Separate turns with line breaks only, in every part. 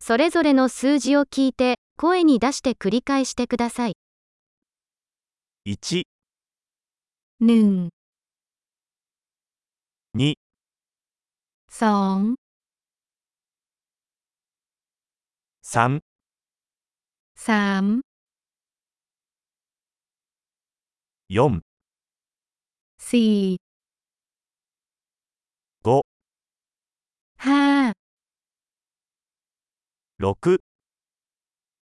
それぞれの数字を聞いて、声に出して繰り返してください。
1、
1、
2、
2、
3、
3、
4、
4、
5、
5、
6、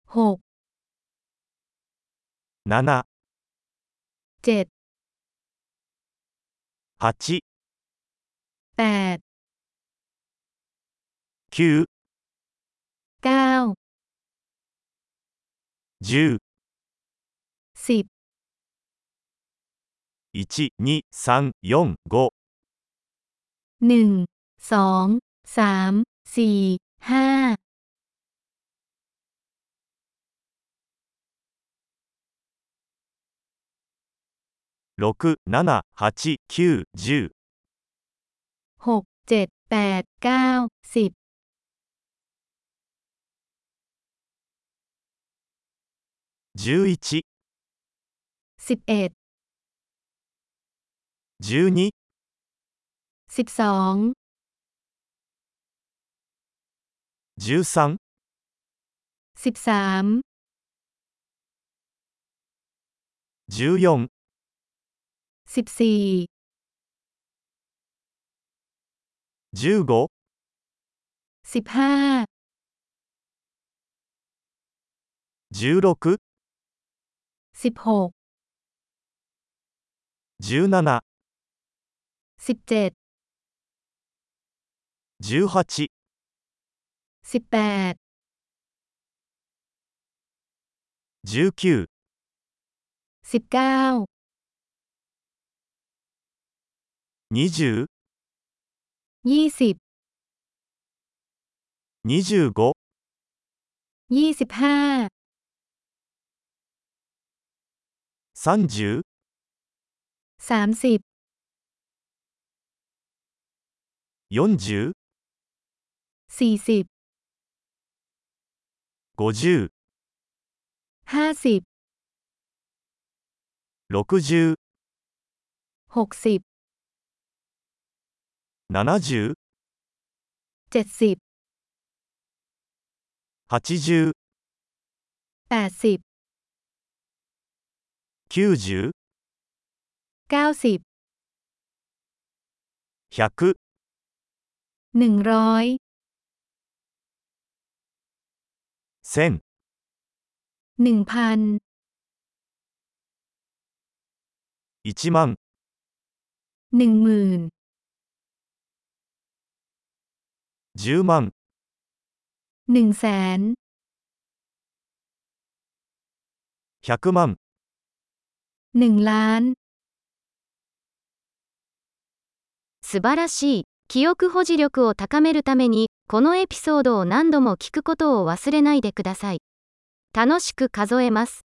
6、
7、
7、
8、
8、
9、
9、
10、
10。
1、2、3、4、5、
1、2、3、4、5、
6、7、8、9、10、
6、7、8、9、10、
11、
11、12、
12、13、
13、14、
14、15、
15、
16、
16、
17、
17、
18、
18、19、
19、20、
20、
25、
25、
30、
30、
40、
40、
50、
50、
60、
60、
70、
70、
80、
80、
90、
90、100、
100、1000、
1000、
1
10,000、
万、10万、
100,000、
100万、
1ล้าน。素晴らしい。記憶保持力を高めるために、このエピソードを何度も聞くことを忘れないでください。楽しく数えます。